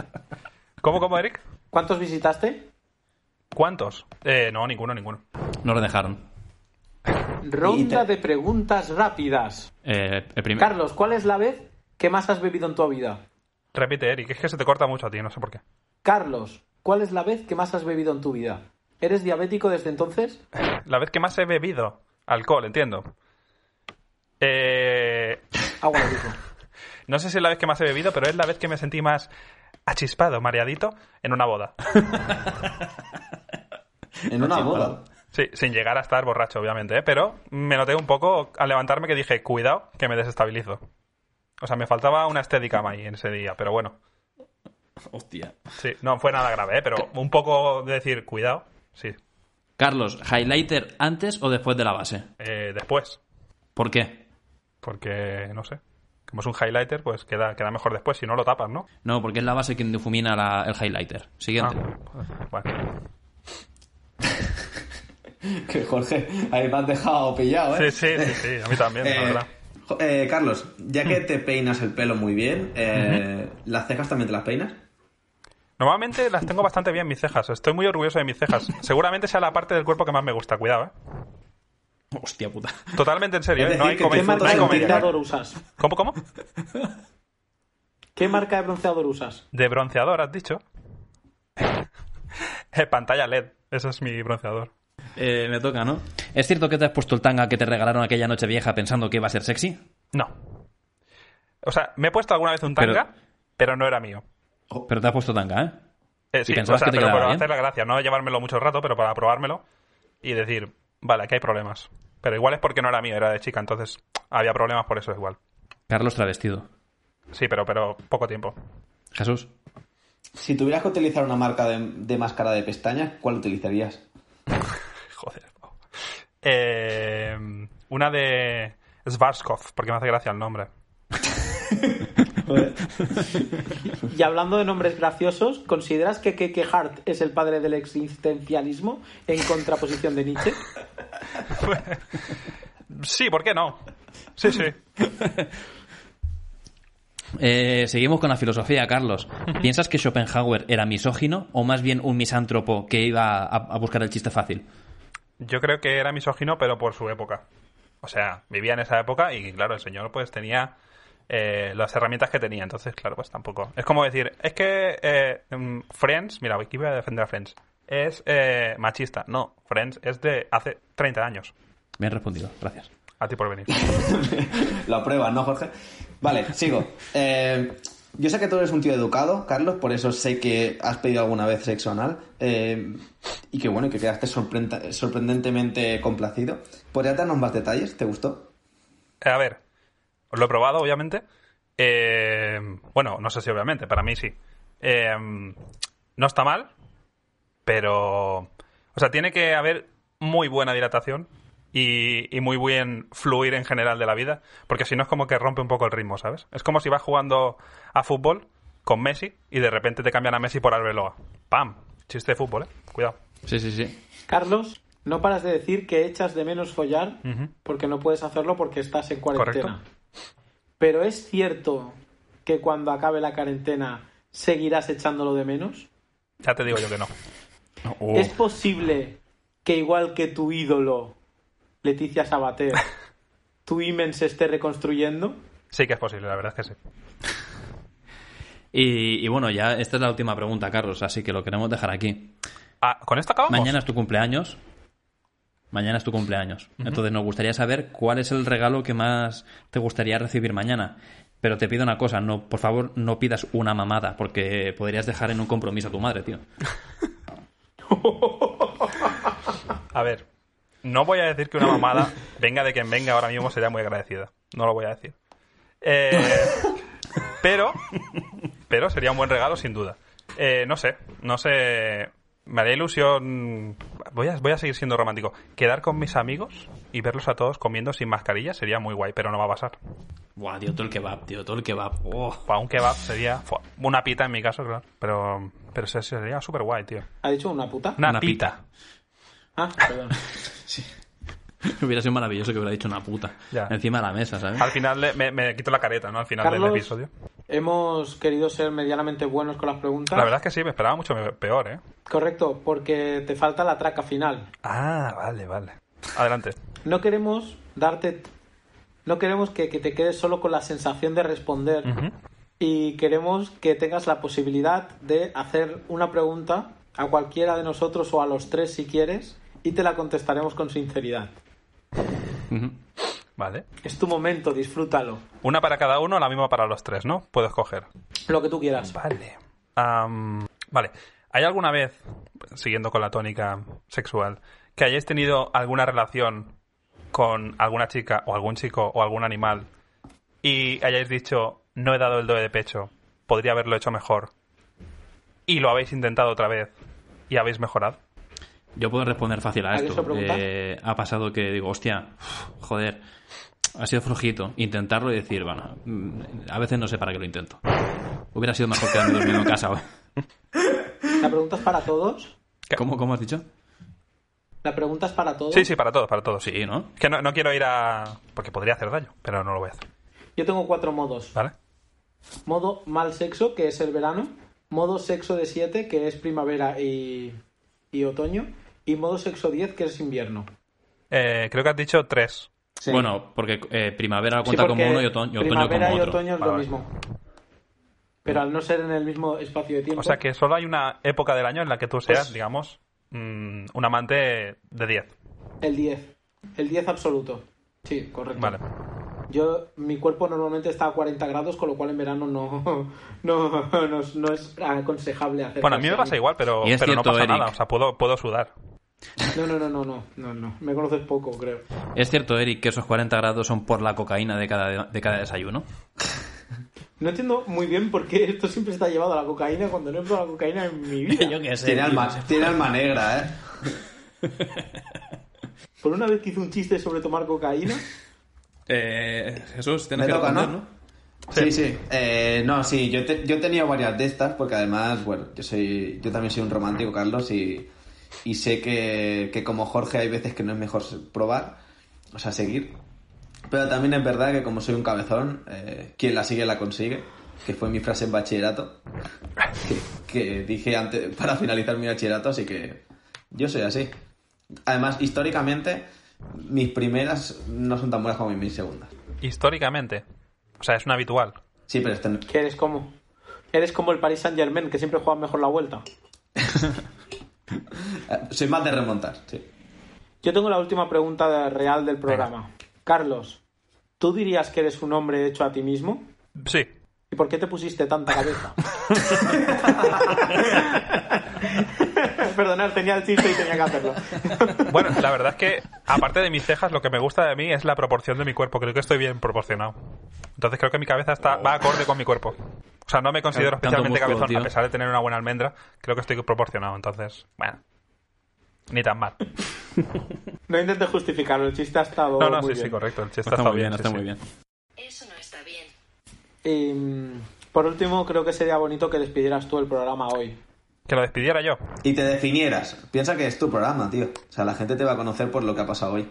¿Cómo, cómo, Eric?
¿Cuántos visitaste?
¿Cuántos? Eh, no, ninguno, ninguno.
No lo dejaron.
Ronda de preguntas rápidas.
Eh, el primer-
Carlos, ¿cuál es la vez que más has bebido en tu vida?
Repite, Eric, es que se te corta mucho a ti, no sé por qué.
Carlos, ¿cuál es la vez que más has bebido en tu vida? ¿Eres diabético desde entonces?
La vez que más he bebido alcohol, entiendo. Eh,
Agua lo dijo.
no sé si es la vez que más he bebido, pero es la vez que me sentí más achispado, mareadito, en una boda.
En una boda.
Sí, sin llegar a estar borracho, obviamente, ¿eh? pero me noté un poco al levantarme que dije, cuidado, que me desestabilizo. O sea, me faltaba una estética ahí en ese día, pero bueno.
Hostia.
Sí, no fue nada grave, ¿eh? pero un poco de decir, cuidado, sí.
Carlos, ¿highlighter antes o después de la base?
Eh, después,
¿Por qué?
porque, no sé, como es un highlighter, pues queda, queda mejor después, si no lo tapas, ¿no?
No, porque es la base quien difumina la- el highlighter.
Ah,
Siguiente.
bueno.
Que Jorge, ahí me has dejado pillado,
Sí,
¿eh?
sí, sí, sí, a mí también, la
Eh,
verdad. Mm.
jo- eh, Carlos, ya que te peinas el pelo muy bien, eh, ¿las cejas también te las peinas?
Normalmente las tengo bastante bien mis cejas, estoy muy orgulloso de mis cejas. Seguramente sea la parte del cuerpo que más me gusta, cuidado, ¿eh?
Hostia puta.
Totalmente en serio,
Es
¿eh? No
decir,
hay
que te
¿Qué
comedia.
fotos
No
marca
hay
de
del
comedia.
bronceador usas?
¿Cómo, cómo?
¿Qué marca de bronceador usas?
De bronceador, has dicho. Eh, Pantalla LED, ese es mi bronceador.
Eh, me toca, ¿no? ¿Es cierto que te has puesto el tanga que te regalaron aquella noche vieja pensando que iba a ser sexy?
No. O sea, me he puesto alguna vez un tanga, pero,
Pero-
no era mío.
Pero te has puesto tanga, ¿eh?
Eh, sí,
pensabas
o sea,
que te
pero
quedaba
para
bien?
hacer la gracia, no llevármelo mucho rato, pero para probármelo y decir, vale, aquí hay problemas. Pero igual es porque no era mío, era de chica, entonces había problemas por eso igual.
Carlos travestido.
Sí, pero, pero poco tiempo.
Jesús.
Si tuvieras que utilizar una marca de, de máscara de pestañas, ¿cuál utilizarías?
Joder. Eh, una de Svarskov, porque me hace gracia el nombre.
Y hablando de nombres graciosos, ¿consideras que Keke Hart es el padre del existencialismo en contraposición de Nietzsche?
Sí, ¿por qué no? Sí, sí.
Eh, seguimos con la filosofía, Carlos. ¿Piensas que Schopenhauer era misógino o más bien un misántropo que iba a, a buscar el chiste fácil?
Yo creo que era misógino, pero por su época. O sea, vivía en esa época y claro, el señor pues tenía eh, las herramientas que tenía. Entonces, claro, pues tampoco. Es como decir, es que eh, mm, Friends, mira, aquí voy a defender a Friends, es eh, machista. No, Friends es de hace 30 años.
Bien respondido, gracias.
A ti por venir.
Lo pruebas, ¿no, Jorge? Vale, sigo. Eh, yo sé que tú eres un tío educado, Carlos, por eso sé que has pedido alguna vez sexo anal. eh, y que bueno, que quedaste sorprenda- sorprendentemente complacido. ¿Podrías darnos más detalles? ¿Te gustó?
Eh, a ver, os lo he probado, obviamente. Eh, bueno, no sé si obviamente, para mí sí. Eh, no está mal, pero... O sea, tiene que haber muy buena dilatación y, y muy buen fluir en general de la vida, porque si no es como que rompe un poco el ritmo, ¿sabes? Es como si vas jugando a fútbol con Messi y de repente te cambian a Messi por Arbeloa. ¡Pam! Chiste de fútbol, ¿eh? Cuidado.
Sí, sí, sí.
Carlos, no paras de decir que echas de menos follar
Ujú.
porque no puedes hacerlo porque estás en cuarentena.
Correcto.
Pero es cierto que cuando acabe la cuarentena seguirás echándolo de menos.
Ya te digo yo que no.
¿Es posible que igual que tu ídolo, Leticia Sabater, tu imen se esté reconstruyendo?
Sí que es posible, la verdad es que sí.
Y, y bueno, ya esta es la última pregunta, Carlos, así que lo queremos dejar aquí.
Ah, ¿Con esto acabamos?
Mañana es tu cumpleaños. Mañana es tu cumpleaños. Entonces nos gustaría saber cuál es el regalo que más te gustaría recibir mañana. Pero te pido una cosa, no, por favor, no pidas una mamada, porque podrías dejar en un compromiso a tu madre, tío.
A ver, no voy a decir que una mamada, venga de quien venga ahora mismo, sería muy agradecida. No lo voy a decir. Eh, pero, pero sería un buen regalo, sin duda. Eh, no sé, no sé. Me haría ilusión. Voy a, voy a seguir siendo romántico. Quedar con mis amigos y verlos a todos comiendo sin mascarilla sería muy guay, pero no va a pasar.
Buah, tío, todo el kebab, tío, todo el kebab. Oh.
Para un kebab sería fua, una pita en mi caso, claro. Pero, pero se- sería súper guay, tío.
¿Ha dicho una puta?
Una,
Una pita.
pita.
Ah, perdón.
Hubiera sido maravilloso que hubiera dicho una puta.
Ya.
Encima de la mesa, ¿sabes?
Al final le- me, me quito la careta, ¿no? Al final del
Carlos,
episodio.
hemos querido ser medianamente buenos con las preguntas.
La verdad es que sí, me esperaba mucho me- peor, ¿eh?
Correcto, porque te falta la traca final.
Ah, vale, vale. Adelante.
No queremos darte. No queremos que, que te quedes solo con la sensación de responder. Y queremos que tengas la posibilidad de hacer una pregunta a cualquiera de nosotros o a los tres si quieres y te la contestaremos con sinceridad.
Ujú.
Vale.
Es tu momento, disfrútalo.
Una para cada uno, la misma para los tres, ¿no? Puedo escoger.
Lo que tú quieras.
Vale. Am, vale. ¿Hay alguna vez, siguiendo con la tónica sexual, que hayáis tenido alguna relación con alguna chica o algún chico o algún animal y hayáis dicho, no he dado el doble de pecho, podría haberlo hecho mejor? Y lo habéis intentado otra vez y habéis mejorado.
Yo puedo responder fácil a
¿Alguien se
esto.
lo pregunta?
Eh, ha pasado que digo, hostia, uf, joder, ha sido flojito. Intentarlo y decir, bueno, mm, a veces no sé para qué lo intento. Hubiera sido mejor quedarme durmiendo en casa hoy.
¿La pregunta es para todos?
¿Cómo, ¿Cómo has dicho?
¿La pregunta es para todos?
Sí, sí, para todos, para todos, sí.
Sí, ¿no?
Que no, no quiero ir a... porque podría hacer daño, pero no lo voy a hacer.
Yo tengo cuatro modos.
¿Vale?
Modo mal sexo, que es el verano. Modo sexo de 7, que es primavera y, y otoño. Y modo sexo 10, que es invierno.
Eh, creo que has dicho tres.
Sí.
Bueno, porque eh, primavera cuenta
Sí, porque
como uno y otoño, y otoño
primavera
como
y
otro.
otoño es
Vale,
lo
vale.
mismo. Pero al no ser en el mismo espacio de tiempo.
O sea que solo hay una época del año en la que tú seas, digamos, mm, un amante de 10.
El 10. El 10 absoluto. Sí, correcto.
Vale.
Yo, mi cuerpo normalmente está a 40 grados, con lo cual en verano no, no, no, no es aconsejable hacer
Bueno, a mí me pasa igual, pero,
Y es
pero no
cierto,
pasa nada.
Eric.
O sea, puedo, puedo sudar.
No, no, no, no, no, no, no. Me conoces poco, creo.
¿Es cierto, Eric, que esos 40 grados son por la cocaína de cada, de cada desayuno?
No entiendo muy bien por qué esto siempre está llevado a la cocaína cuando no he probado la cocaína en mi vida.
Yo qué sé.
Tiene
tío.
alma, tiene alma negra, ¿eh?
Por una vez que hice un chiste sobre tomar cocaína,
Eh, Jesús, tienes
Me
que
toca,
responder,
¿no?
¿no?
Sí, sí. Eh, no, sí, yo, te- yo he tenido varias de estas porque además, bueno, yo soy yo también soy un romántico, Carlos, y, y sé que, que como Jorge hay veces que no es mejor probar, o sea, seguir. Pero también es verdad que como soy un cabezón, eh, quien la sigue la consigue, que fue mi frase en bachillerato, que, que dije antes para finalizar mi bachillerato, así que yo soy así. Además, históricamente, mis primeras no son tan buenas como mis segundas.
Históricamente. O sea, es un habitual.
Sí, pero este,
que eres como. Eres como el Paris Saint Germain, que siempre juega mejor la vuelta.
Eh, Soy más de remontar, sí.
Yo tengo la última pregunta de- real del programa. Carlos, ¿tú dirías que eres un hombre hecho a ti mismo?
Sí.
¿Y por qué te pusiste tanta cabeza? Perdonad, tenía el chiste y tenía que hacerlo.
Bueno, la verdad es que, aparte de mis cejas, lo que me gusta de mí es la proporción de mi cuerpo. Creo que estoy bien proporcionado. Entonces creo que mi cabeza está, va acorde con mi cuerpo. O sea, no me considero
Tanto
especialmente
músculo,
cabezón,
tío.
a pesar de tener una buena almendra. Creo que estoy proporcionado, entonces, bueno. Ni tan mal.
No intentes justificarlo, el chiste ha estado
No, no,
muy
sí,
bien.
sí, correcto. El chiste
Pues Está,
está
muy bien,
sí,
está
sí.
muy bien.
Eso no está bien.
Y, mm, por último, creo que sería bonito que despidieras tú el programa hoy.
Que lo despidiera yo.
Y te definieras. Piensa que es tu programa, tío. O sea, la gente te va a conocer por lo que ha pasado hoy.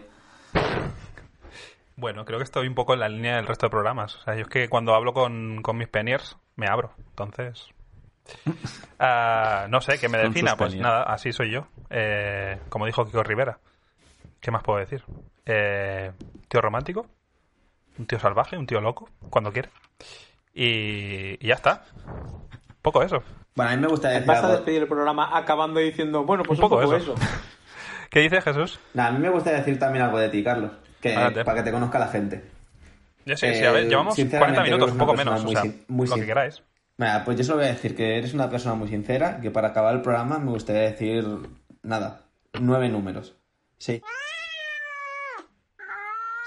Bueno, creo que estoy un poco en la línea del resto de programas. O sea, yo es que cuando hablo con, con mis peniers, me abro. Entonces. ah, no sé, que me
Con sus
defina. Pues
peniers.
nada, así soy yo. Eh, como dijo Kiko Rivera. ¿Qué más puedo decir? Eh, tío romántico. Un tío salvaje, un tío loco, cuando quiere. Y, y ya está. Poco eso.
Bueno, a mí me gusta decir
Vas a
algo.
despedir el programa acabando diciendo, bueno, pues
Un
un
poco
poco,
eso.
eso.
¿Qué dice Jesús?
Nah, a mí me gusta decir también algo de ti, Carlos. Que,
Adelante.
para que te conozca la gente.
Ya sé, sí,
Eh,
a ver, llevamos
sinceramente,
40 minutos,
creo que es
un
una
poco
persona
menos. O
muy
sea,
sin- muy
lo que
sin-
queráis.
Mira, pues yo solo voy a decir que eres una persona muy sincera, que para acabar el programa me gustaría decir nada. Nueve números. Sí.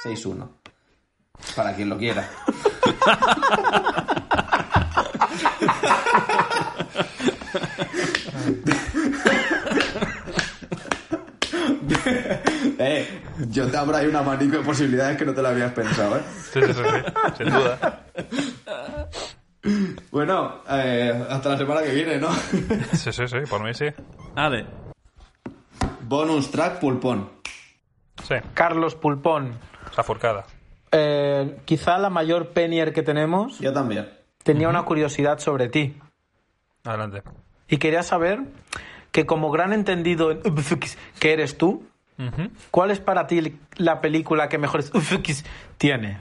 6-1. Para quien lo quiera. eh, yo te abro ahí un abanico de posibilidades que no te lo habías pensado, ¿eh?
Sí, sí, sí, sí, sin duda.
Bueno, eh, hasta la semana que viene, ¿no?
Sí, sí, sí, por mí sí.
Ale,
Bonus track pulpón.
Sí,
Carlos Pulpón,
la furcada.
eh, quizá la mayor penier que tenemos
Yo también.
tenía una curiosidad sobre ti.
Adelante.
Y quería saber que como gran entendido en UFX que eres tú, ¿cuál es para ti la película que mejores UFX tiene?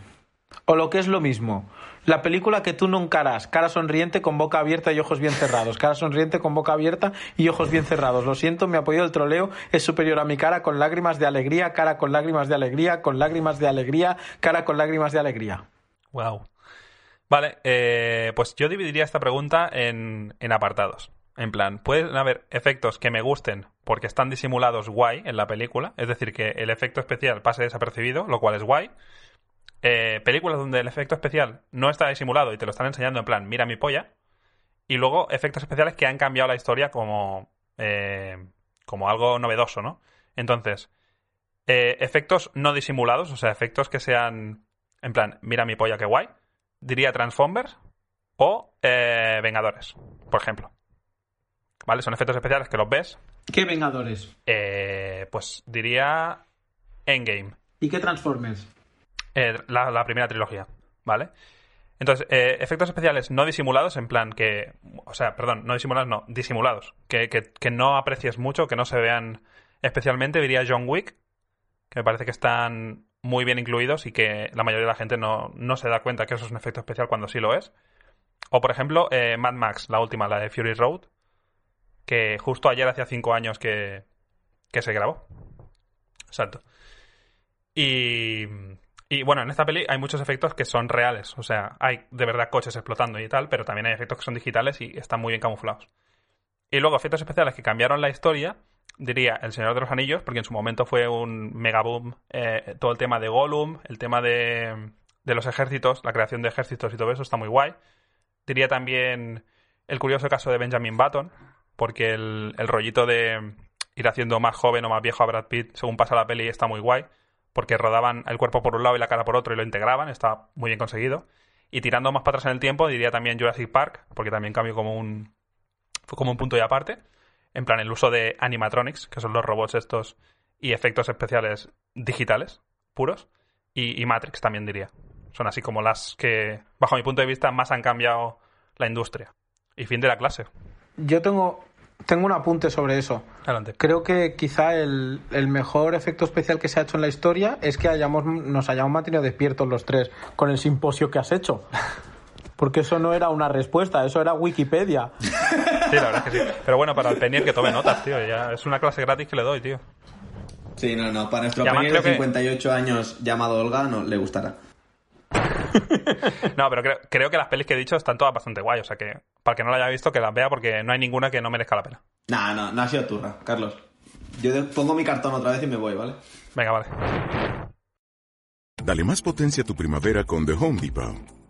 O lo que es lo mismo, la película que tú no encaras, cara sonriente con boca abierta y ojos bien cerrados, cara sonriente con boca abierta y ojos bien cerrados. Lo siento, mi apoyo del troleo es superior a mi cara con lágrimas de alegría, cara con lágrimas de alegría, con lágrimas de alegría, cara con lágrimas de alegría.
Wow. Vale, eh, pues yo dividiría esta pregunta en, en apartados. En plan, pueden haber efectos que me gusten porque están disimulados guay en la película, es decir, que el efecto especial pase desapercibido, lo cual es guay. Eh, películas donde el efecto especial no está disimulado y te lo están enseñando en plan, mira mi polla. Y luego efectos especiales que han cambiado la historia como, eh, como algo novedoso, ¿no? Entonces, eh, efectos no disimulados, o sea, efectos que sean en plan, mira mi polla, qué guay. Diría Transformers o eh, Vengadores, por ejemplo. ¿Vale? Son efectos especiales que los ves.
¿Qué Vengadores?
Eh, pues diría Endgame,
¿Y qué Transformers?
eh, la, la primera trilogía, ¿vale? Entonces, eh, efectos especiales no disimulados, en plan que. O sea, perdón, no disimulados, no, disimulados. Que, que- que no aprecies mucho, que no se vean especialmente, diría John Wick, que me parece que están muy bien incluidos y que la mayoría de la gente no, no se da cuenta que eso es un efecto especial cuando sí lo es. O, por ejemplo, eh, Mad Max, la última, la de Fury Road, que justo ayer hacía cinco años que, que se grabó. Exacto. Y, y, bueno, en esta peli hay muchos efectos que son reales. O sea, hay de verdad coches explotando y tal, pero también hay efectos que son digitales y están muy bien camuflados. Y luego efectos especiales que cambiaron la historia diría El Señor de los Anillos, porque en su momento fue un mega boom eh, todo el tema de Gollum, el tema de, de los ejércitos, la creación de ejércitos y todo eso está muy guay. Diría también el curioso caso de Benjamin Button, porque el, el rollito de ir haciendo más joven o más viejo a Brad Pitt según pasa la peli está muy guay, porque rodaban el cuerpo por un lado y la cara por otro y lo integraban, está muy bien conseguido. Y tirando más para atrás en el tiempo, diría también Jurassic Park, porque también cambió como un, fue como un punto y aparte. En plan, el uso de animatronics, que son los robots estos, y efectos especiales digitales, puros. Y, y Matrix también diría. Son así como las que, bajo mi punto de vista, más han cambiado la industria. Y fin de la clase.
Yo tengo, tengo un apunte sobre eso.
Adelante.
Creo que quizá el, el mejor efecto especial que se ha hecho en la historia es que hayamos, nos hayamos mantenido despiertos los tres con el simposio que has hecho. Porque eso no era una respuesta, eso era Wikipedia.
Sí, la verdad es que sí. Pero bueno, para el Penier que tome notas, tío. Ya es una clase gratis que le doy, tío.
Sí, no, no. Para nuestro
Y además
peñero de
creo que-
58 años llamado Olga no le gustará.
No, pero creo, creo que las pelis que he dicho están todas bastante guay. O sea que, para el que no la haya visto, que las vea porque no hay ninguna que no merezca la pena.
No, no, no ha sido turra, Carlos. Yo de- pongo mi cartón otra vez y me voy, ¿vale?
Venga, vale.
Dale más potencia a tu primavera con The Home Depot.